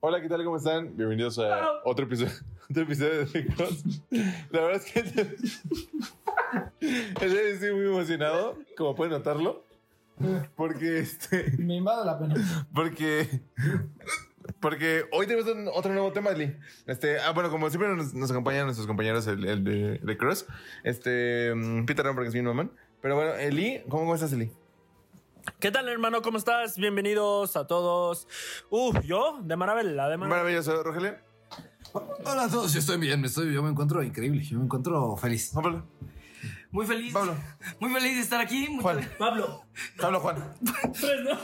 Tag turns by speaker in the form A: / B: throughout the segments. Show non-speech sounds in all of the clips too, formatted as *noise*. A: Hola, ¿qué tal? ¿Cómo están? Bienvenidos a otro episodio, *laughs* otro episodio de Ricos. La verdad es que *laughs* estoy muy emocionado, como pueden notarlo, porque este,
B: Me invade la pena.
A: porque porque hoy tenemos un- otro nuevo tema, Lee. Este, ah, bueno, como siempre nos, nos acompañan nuestros compañeros el, el de, de Cross, este, mm, Peter no porque es mi mamá. Pero bueno, Eli, ¿cómo, cómo estás, Eli?
C: ¿Qué tal, hermano? ¿Cómo estás? Bienvenidos a todos. Uh, ¿yo? De Maravilla, de Maravilla.
A: Maravilloso, Rogelio.
D: Hola a todos, yo estoy bien, me estoy, yo me encuentro increíble, yo me encuentro feliz.
A: Juan Pablo,
E: Muy feliz.
A: Pablo,
E: Muy feliz de estar aquí. Muy
A: Juan,
E: fel-
C: Pablo,
A: Pablo, Juan,
C: tres, ¿no?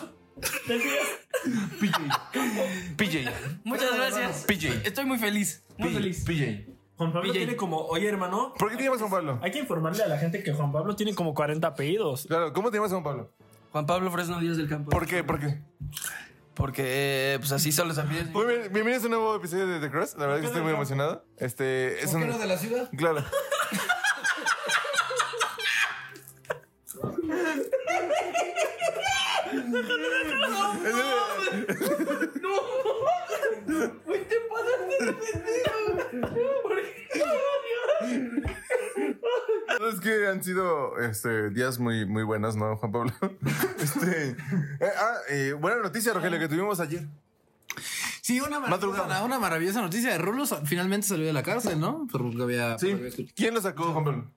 A: PJ,
E: Muchas gracias.
A: PJ.
E: Estoy muy feliz. Muy feliz.
A: PJ.
C: Juan Pablo
E: PJ.
C: tiene como, oye, hermano,
A: ¿Por qué te llamas Juan Pablo?
C: hay que informarle a la gente que Juan Pablo tiene como 40 apellidos.
A: Claro, ¿cómo te llamas Juan Pablo?
E: Juan Pablo Fresno Díaz del Campo.
A: ¿Por qué? ¿Por qué?
E: Porque eh, pues así son los amigos.
A: Muy bien, bienvenidos a un nuevo episodio de The Cross. La verdad es que estoy muy emocionado. Este es
D: ¿Por qué
A: un.
D: no de la ciudad?
A: Claro. Es que han sido este, días muy, muy buenos, ¿no, Juan Pablo? *laughs* Este, eh, ah, eh, buena noticia, Rogelio, que tuvimos ayer.
D: Sí, una
A: Madrugada.
D: maravillosa, una maravillosa noticia de Rulos. Finalmente salió de la cárcel, ¿no? Porque había.
A: Sí.
D: había escuchado.
A: ¿Quién lo sacó, Juan Pablo?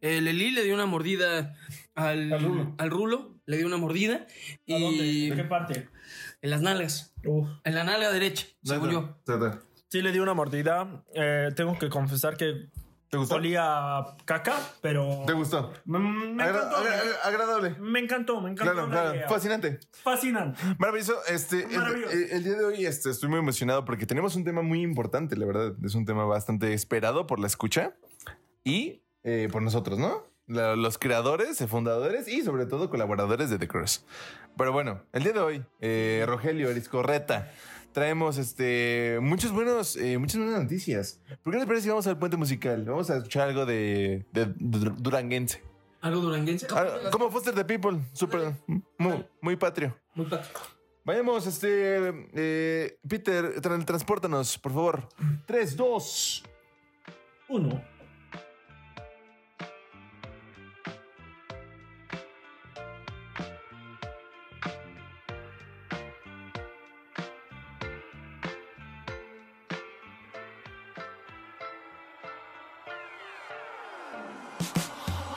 E: El Eli Eh, le dio una mordida al,
B: Al rulo.
E: al rulo, Le dio una mordida.
C: ¿A dónde?
E: Y
C: ¿De qué parte?
E: en las nalgas.
C: Uf.
E: En la nalga derecha. Se murió.
A: Neta.
C: Sí, le di una mordida. Eh, tengo que confesar que
A: ¿Te gustó?
C: olía a caca, pero...
A: ¿Te gustó?
C: Mm, Me
A: Agra-
C: encantó.
A: agra- agra- agradable.
C: Me encantó, me encantó.
A: Claro,
C: la
A: claro.
C: idea.
A: Fascinante.
C: Fascinante.
A: Maravilloso. Este, el-
C: Maravilloso.
A: El, el día de hoy este, estoy muy emocionado porque tenemos un tema muy importante, la verdad. Es un tema bastante esperado por la escucha y eh, por nosotros, ¿no? La- los creadores, eh, fundadores y sobre todo colaboradores de The Cross. Pero bueno, el día de hoy, eh, Rogelio Eriscorreta, traemos este, muchos buenos, eh, muchas buenas noticias. ¿Por qué les parece si vamos al puente musical? Vamos a escuchar algo de, de Dur- Duranguense.
E: Algo duranguense.
A: Ah, Como Foster the People, súper, ¿Mm? muy, muy patrio.
E: Muy pato.
A: Vayamos, este. eh, Peter, tra- transpórtanos, por favor. 3, 2.
C: Uno.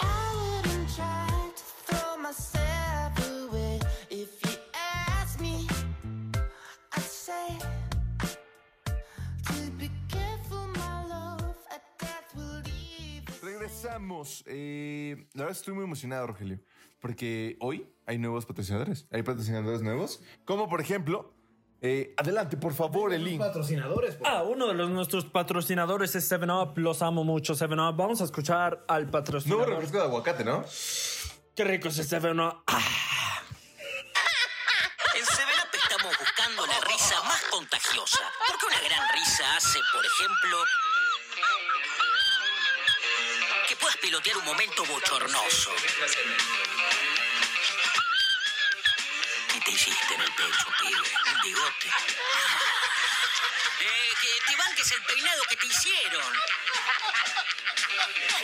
F: I wouldn't try to throw myself away if you asked me. I'd say to be careful, my love, a death will leave. us.
A: Regresamos. Eh, la verdad estoy muy emocionado, Rogelio, porque hoy hay nuevos patrocinadores. Hay patrocinadores nuevos, como por ejemplo. eh, adelante, por favor,
D: Los
A: Eli.
D: Patrocinadores. por-
C: Ah, uno de los, nuestros patrocinadores es 7up. Los amo mucho, 7up. Vamos a escuchar al
A: Nuevo
C: patrocinador.
A: refresco de aguacate, ¿no?
C: Qué rico es 7up. Ah,
G: En Sevenap estamos buscando la risa más contagiosa. Porque una gran risa hace, por ejemplo, que puedas pilotear un momento bochornoso. ¿Qué te hiciste en el pecho, pibe? Un bigote. Eh, que te banques el peinado que te hicieron.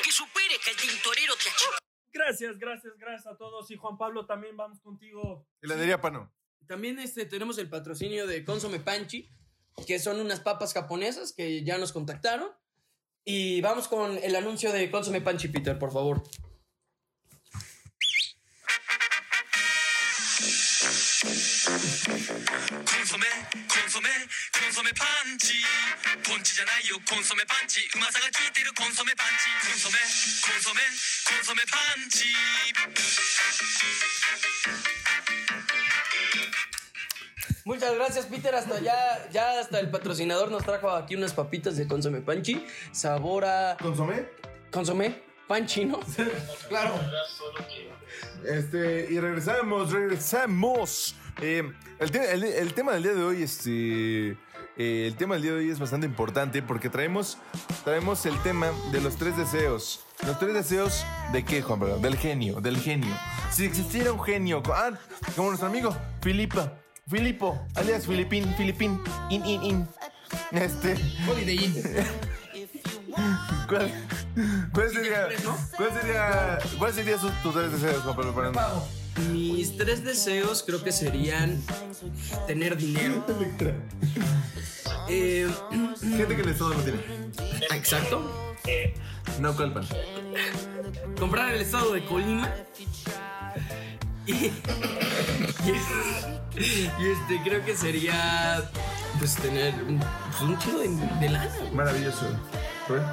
G: Que superes que el tintorero te achicó.
C: Gracias, gracias, gracias a todos. Y Juan Pablo, también vamos contigo.
A: Heladería Pano.
E: También este, tenemos el patrocinio de Consome Panchi, que son unas papas japonesas que ya nos contactaron. Y vamos con el anuncio de Consome Panchi, Peter, por favor.
H: 콘소메 콘소메 콘소메 판치 폰치잖아요 콘소메 판치 음악사가 기대로 콘소메 판치 콘소메 콘소메 콘소메 판치
E: Muchas gracias, Peter. Hasta ya, ya hasta el patrocinador nos trajo aquí unas papitas de Consome Panchi, sabor a
A: Consomé.
E: Consome Panchi, ¿no?
D: Claro.
A: Este, y regresamos, regresamos. Eh, el, te- el- el tema del día de hoy, este. eh, el tema del día de hoy es bastante importante porque traemos, traemos el tema de los tres deseos. Los tres deseos de qué, Juan Pablo? Del genio, del genio. Si existiera un genio, co- ah, como nuestro amigo Filipa. Filipo, alias Filipín, Filipín, in, in, in. Este,
E: Holiday Inn.
A: ¿cuál, cuál sería, cuál sería, cuál sería sus, tus tres deseos, Juan Pablo Fernández?
E: Mis tres deseos creo que serían tener dinero. Eh,
A: Gente que el Estado no tiene.
E: Ah, exacto.
A: No culpan.
E: Comprar el estado de Colima. Y, y- y este creo que sería pues tener un, pues, un chingo de, de lana.
A: Maravilloso. ¿Rubén?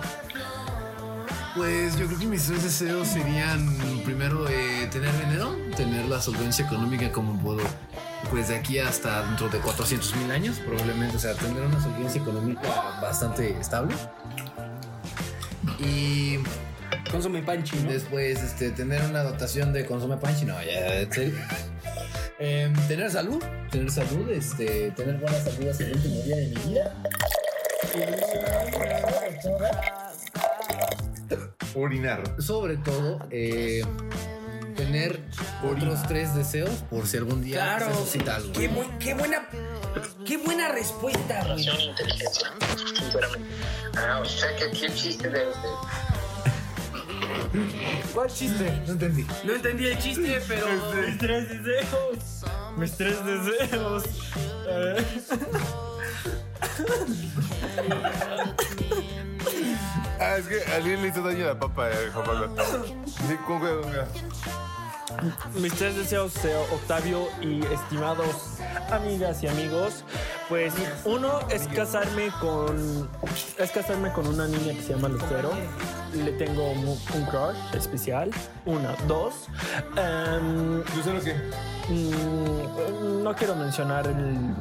D: Pues yo creo que mis tres deseos serían primero eh, tener dinero, tener la solvencia económica como puedo, pues de aquí hasta dentro de 400 mil años probablemente, o sea, tener una solvencia económica bastante estable. Y
E: Consume panchi, ¿no?
D: después este, tener una dotación de consumo panchi, no, ya, en serio. Em, tener salud, tener salud, este, tener buena salud hasta el último día de mi vida.
A: Orinar.
D: sobre todo eh, tener otros tres deseos por si algún día
E: Claro.
D: se suscita algo.
E: Qué, bu- qué buena. Qué buena respuesta, güey.
B: inteligencia. Sinceramente. Ah, o sea que aquí el chiste de. de-
D: No entendí.
E: No entendí el chiste, pero.
C: Mis tres deseos. Mis tres deseos. Eh,
A: Ah, es que alguien le hizo daño a la papa, eh, Juan Pablo. Sí, con cuidado, mira.
C: mis tres deseos, eh, Octavio y estimados amigas y amigos. Pues uno es casarme con es casarme con una niña que se llama Lucero. Le tengo mu- un crush especial. Una, dos. Em,
A: ¿Lucero qué?
C: Mm, No quiero mencionar el.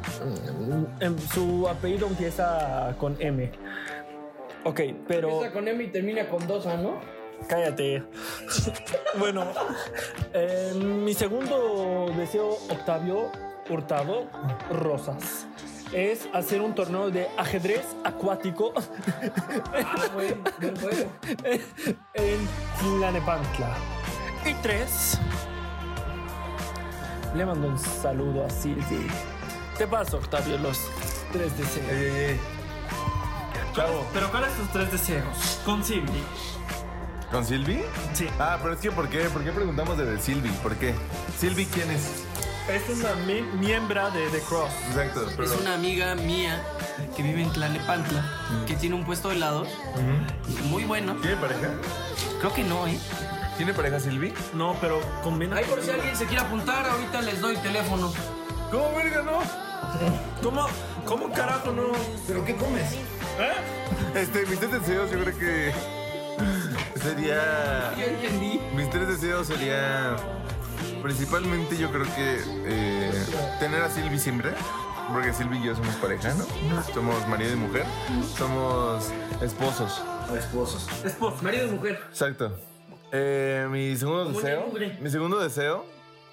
C: em, Su apellido empieza con M. Ok, pero.
E: Empieza con M y termina con dosa, ¿no?
C: Cállate. *laughs* bueno, eh, mi segundo deseo, Octavio Hurtado Rosas, es hacer un torneo de ajedrez acuático *laughs*
E: Ah, güey, buen juego.
C: en Tlanepantla. Y tres. Le mando un saludo a Silvi. Te paso, Octavio, los tres deseos.
A: Ey, ey, ey. Chavo.
C: Pero ¿cuáles son tus tres deseos? Con Silvi.
A: ¿Con Silvi?
C: Sí.
A: Ah, pero es que ¿por qué? ¿Por qué preguntamos de Silvi? ¿Por qué? ¿Silvi quién es?
C: Esta es la mi- miembra de The Cross.
A: Exacto, pero...
E: Es una amiga mía que vive en Tlalnepantla, que tiene un puesto de helados muy bueno.
A: ¿Tiene pareja?
E: Creo que no, ¿eh?
A: ¿Tiene pareja Silvi?
C: No, pero combina.
E: Ahí por si alguien se quiere apuntar, ahorita les doy teléfono.
A: ¿Cómo, verga, no?
C: ¿Cómo, ¿Cómo carajo no?
D: ¿Pero qué comes?
C: ¿Eh?
A: Este, mis tres deseos yo creo que... *laughs* Sería...
E: Yo entendí.
A: Mis tres deseos sería... Principalmente yo creo que... eh, tener a Silvi siempre. Porque Silvi y yo somos pareja, ¿no? Somos marido y mujer. Somos esposos.
D: esposos.
E: Esposo, marido y mujer.
A: Exacto. Eh, mi segundo
E: Mugre,
A: deseo.
E: mugre.
A: Mi segundo deseo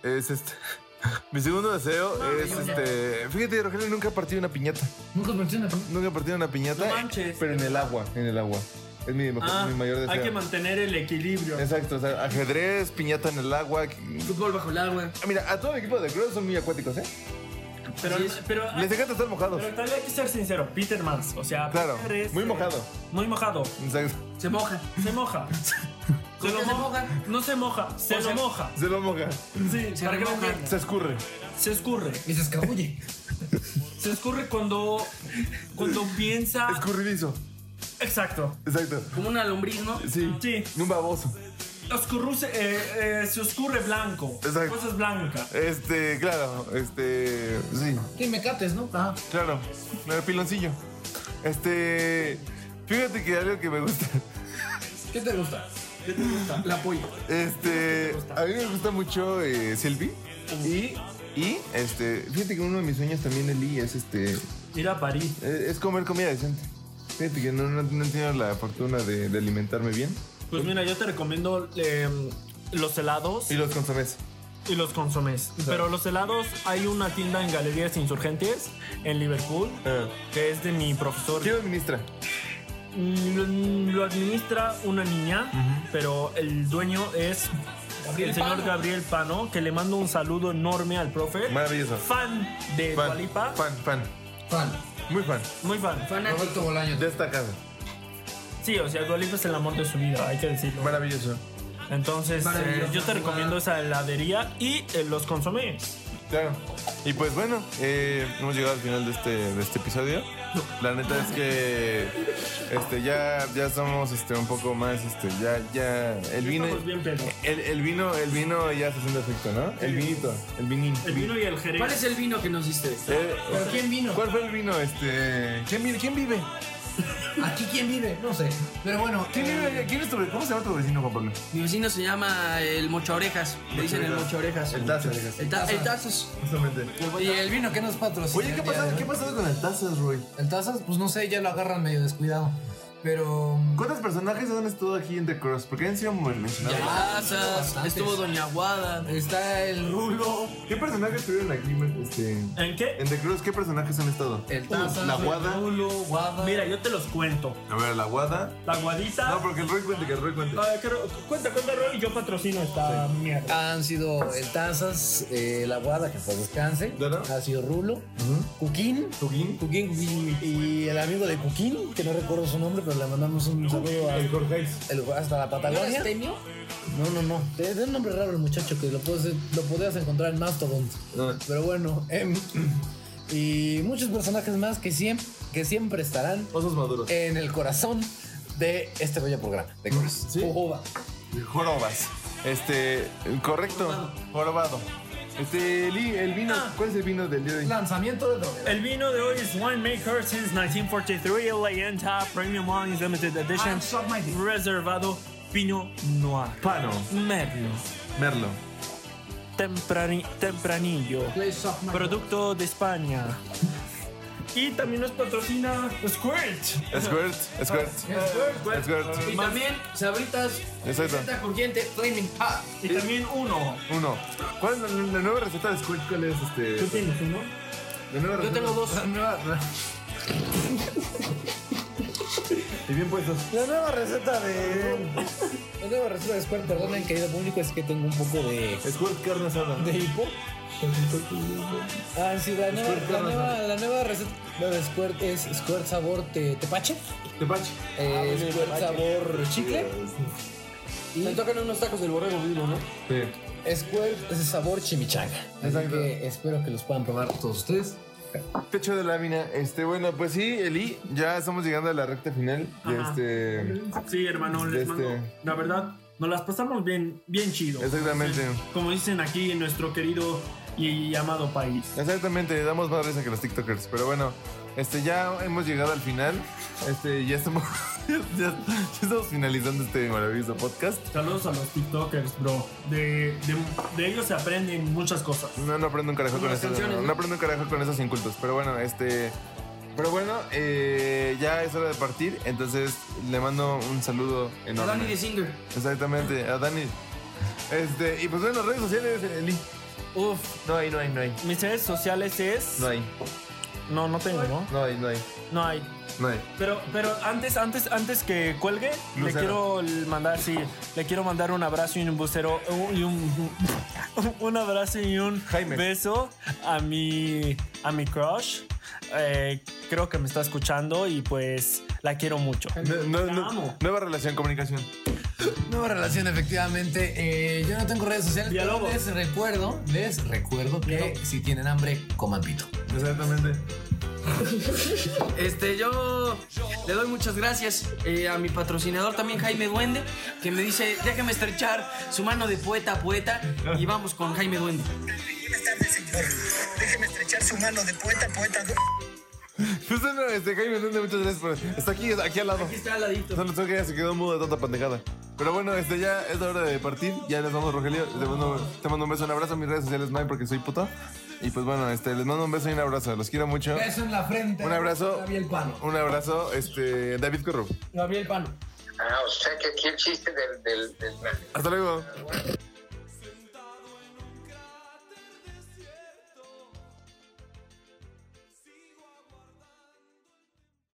A: es este. *laughs* Mi segundo deseo es este. Fíjate, Rogelio nunca ha partido una piñata.
D: Nunca menciona.
A: Nunca ha partido una piñata.
C: No manches. Ah,
A: Pero en el agua. En el agua. Es mi, mejor- mi mayor deseo.
C: Hay que mantener el equilibrio.
A: Exacto, o sea, ajedrez, piñata en el agua.
E: Fútbol bajo el agua.
A: Mira, a todo el equipo de Cruz son muy acuáticos, ¿eh?
C: Pero,
E: Así es.
C: pero,
A: Les encanta estar mojados.
C: pero también hay que ser sincero. Peter Mans, o sea,
A: Claro,
C: Peter es,
A: muy
C: eh,
A: mojado.
C: muy mojado.
A: Exacto.
E: Se moja.
A: *laughs*
C: Se moja.
E: ¿Con qué se moja?
C: No se moja, se
E: O
C: lo
E: sea-
C: moja.
A: Se lo moja.
C: Sí,
E: Se
C: para que lo
E: remoja.
C: entiendan.
A: Se escurre.
C: Se escurre.
D: Y se escabulle.
C: Se escurre cuando, cuando piensa.
A: Escurridizo.
C: Exacto.
A: Exacto.
E: Como una lombriz, ¿no?
A: Sí.
C: Sí.
A: Un baboso.
C: Oscurruce, eh, eh, se oscurre blanco.
A: Exacto.
C: Cosas blancas.
A: Este, claro, este. Sí.
D: Y me cates, ¿no? Ajá.
A: Claro, el piloncillo. Este. Fíjate que algo que me gusta. *laughs*
D: ¿Qué te gusta?
E: La polla.
A: Este. A mí me gusta mucho eh, Silvi. Y. Y este. Fíjate que uno de mis sueños también, Eli, es este.
C: Ir a París.
A: eh, Es comer comida decente. Fíjate que no, no, no he tenido la fortuna de, de alimentarme bien.
C: Pues mira, yo te recomiendo em, los helados
A: Y los consomés.
C: y los consomés. Pero los helados, hay una tienda en Galerías Insurgentes, en Liverpool,
A: Ah.
C: que es de mi profesor.
A: ¿Quién administra?
C: Mm, Lo, lo administra una niña, pero el dueño es el señor Gabriel Pano, que le mando un saludo enorme al profe.
A: Maravilloso.
C: Fan de
A: Fan,
C: Dualipa.
A: fan, fan.
D: Fan.
A: Muy fan.
C: Muy fan.
E: Fanático.
D: Roberto Bolaños.
A: Destacado.
C: Sí, o sea, Dualipa es el amor de su vida, hay que decirlo.
A: Maravilloso.
C: Entonces,
D: Maravilloso.
C: eh, yo te recomiendo esa heladería y eh, los consomé.
A: Claro. Y pues bueno, eh, hemos llegado al final de este, de este episodio. La neta es que este, ya, ya somos este, un poco más, este, ya, ya. El vino.
C: Estamos bien pedo.
A: El, el vino, el vino ya se siente efecto, ¿no? El vinito. El vinín.
C: El vino y el jerez.
E: ¿Cuál es el vino que nos diste?
A: Eh,
D: ¿Pero quién vino?
A: ¿Cuál fue el vino? Este. ¿Quién vive? ¿Quién vive?
D: ¿Aquí quién vive? No sé. Pero bueno,
A: ¿Quién vive? ¿Quién es tu ¿Cómo se llama tu vecino, Juan Pablo?
E: Mi vecino se llama el Mocha Orejas. Le dicen el Mocha Orejas. El
A: Tazas.
E: ta- el Tazos.
A: Justamente.
E: Y el vino que nos patrocina.
A: Oye, ¿qué pasó, ¿qué pasó con el Tazas, Roy?
D: El Tazas, pues no sé, ya lo agarran medio descuidado. Pero.
A: ¿Cuántos personajes han estado aquí en The Cross? Porque han sido muy mencionados.
E: Tazas,
D: Bastantes.
E: estuvo Doña Guada.
D: Está el Rulo.
A: ¿Qué personajes estuvieron aquí? men? Este,
C: ¿En qué?
A: en The Cross, ¿qué personajes han estado?
D: El Tazas.
A: La
D: el
A: Guada.
D: Rulo, Guada.
C: Mira, yo te los cuento.
A: A ver, la Guada.
C: La guadita.
A: No, porque el Roy cuente, que el Roy cuente.
C: Ah, creo- cuenta, cuenta, Roy, yo patrocino esta mierda.
D: Han sido el Tazas, eh, la Guada, que por descanse.
A: Claro.
D: Ha sido Rulo. Cuquín.
A: ¿Tuguín?
E: Cuquín, cuquín,
D: Y el amigo de Cuquín, que no recuerdo su nombre, pero le mandamos un saludo al-
A: Jorge.
D: el- hasta la Patagonia.
E: ¿Temio?
D: No, no, no. Es un nombre raro el muchacho que lo, puedes, lo podías encontrar en Mastodon.
A: Ah.
D: Pero bueno, em, y muchos personajes más que siempre, que siempre estarán
A: Osos maduros.
D: en el corazón de este bello programa. De Cruz.
A: Sí.
D: Jojoba.
A: Jorobas. Este, correcto. Jorobado. Este, Lee, el vino. ¿Cuál es el vino del día de hoy?
D: Lanzamiento de droga.
C: El vino de hoy es Winemaker since 1943 LA Top Premium Wines Limited Edition
D: Ah, suck my dick.
C: Reservado Pino Noir
A: Pano.
C: Merlo
A: Merlo.
C: Temprani- Tempranillo Producto de España Y también nos patrocina Squirt
A: Squirt. Squirt.
C: Ah.
A: Squirt.
E: Y también sabritas.
A: Exacto.
E: Receta crujiente, Flaming Hot.
C: Y también uno
A: Uno. ¿Cuál es la, la nueva receta de Squirt? ¿Cuál es
C: ¿Tú
A: este?
C: tienes uno?
A: La nueva
E: Yo
A: receta.
E: tengo dos.
D: La nueva,
A: Y bien puestos.
D: la nueva receta de. La nueva receta de Square, perdonen, querido público, es que tengo un poco de.
A: Squirt carne asada.
D: de hipo. Ah, sí, la nueva, la nueva, la nueva receta de Squirt es Squirt sabor te- tepache,
E: Ah,
A: Tepache.
D: eh, Squirt sabor chicle,
E: Me tocan unos tacos del borrego vivo, ¿no?
A: Sí.
D: Squirt es sabor chimichanga. Así
A: Exacto.
D: que espero que los puedan probar todos ustedes.
A: Techo de lámina. Este, bueno, pues sí, Eli, ya estamos llegando a la recta final de
C: Ajá.
A: este.
C: Sí, hermano, les
A: Este-
C: mando La verdad, nos las pasamos bien, bien chido
A: Exactamente.
C: Como dicen aquí en nuestro querido y amado país
A: Exactamente, damos más risa que los TikTokers. Pero bueno, este, ya hemos llegado al final. Este, ya estamos. *laughs* ya, ya estamos finalizando este maravilloso podcast.
C: Saludos a los TikTokers, bro. De, de, de ellos se aprenden muchas cosas.
A: No, no aprendo un carajo con
E: las
A: esos.
E: canciones,
A: No,
E: ¿no?
A: no aprendo un carajo con esos incultos. Pero bueno, este. Pero bueno, eh, ya es hora de partir. Entonces le mando un saludo enorme.
E: Dani de Singer.
A: Exactamente, a Dani. Este, y pues bueno, redes sociales, Eli.
C: Uf,
A: No hay, no hay, no hay.
C: mis redes sociales es.
A: No hay,
C: No, no tengo, ¿no?
A: no hay, no hay.
C: No hay.
A: No hay.
C: Pero, pero antes, antes, antes que cuelgue, le
A: Lucero.
C: quiero mandar, sí, le quiero mandar un abrazo y un bucero y un, *laughs* un abrazo y un
A: Jaime.
C: beso a mi, a mi crush. Eh, creo que me está escuchando y pues la quiero mucho.
A: No- no-
C: Te
A: no-
C: amo.
A: nueva relación, comunicación.
D: Nueva relación, efectivamente. Eh, yo no tengo redes sociales, pero
C: Villalobos.
D: les recuerdo, les recuerdo que
C: Villalobos.
D: si tienen hambre, coman pito.
A: Exactamente.
E: Este, yo le doy muchas gracias eh, a mi patrocinador también, Jaime Duende, que me dice, déjame estrechar su mano de poeta a poeta y vamos con Jaime Duende.
H: Buenas tardes, señor. Déjeme estrechar su mano de poeta, poeta.
A: Pues bueno, este, Jaime, Duende, muchas gracias por. Está aquí, aquí al lado.
E: Aquí está al ladito.
A: Solo sé que ya se quedó mudo de tanta pendejada. Pero bueno, este, ya es la hora de partir. Ya les vamos, Rogelio. Te mando, te mando un beso, un abrazo a mis redes sociales, Mike, porque soy puto. Y pues bueno, este, les mando un beso y un abrazo. Los quiero mucho.
D: Beso en la frente.
A: Un abrazo.
D: Gabriel Pano.
A: Un abrazo, este, David Corro.
E: Gabriel Pano.
B: Ah, o sea que aquí el chiste del, del, del
A: Hasta luego.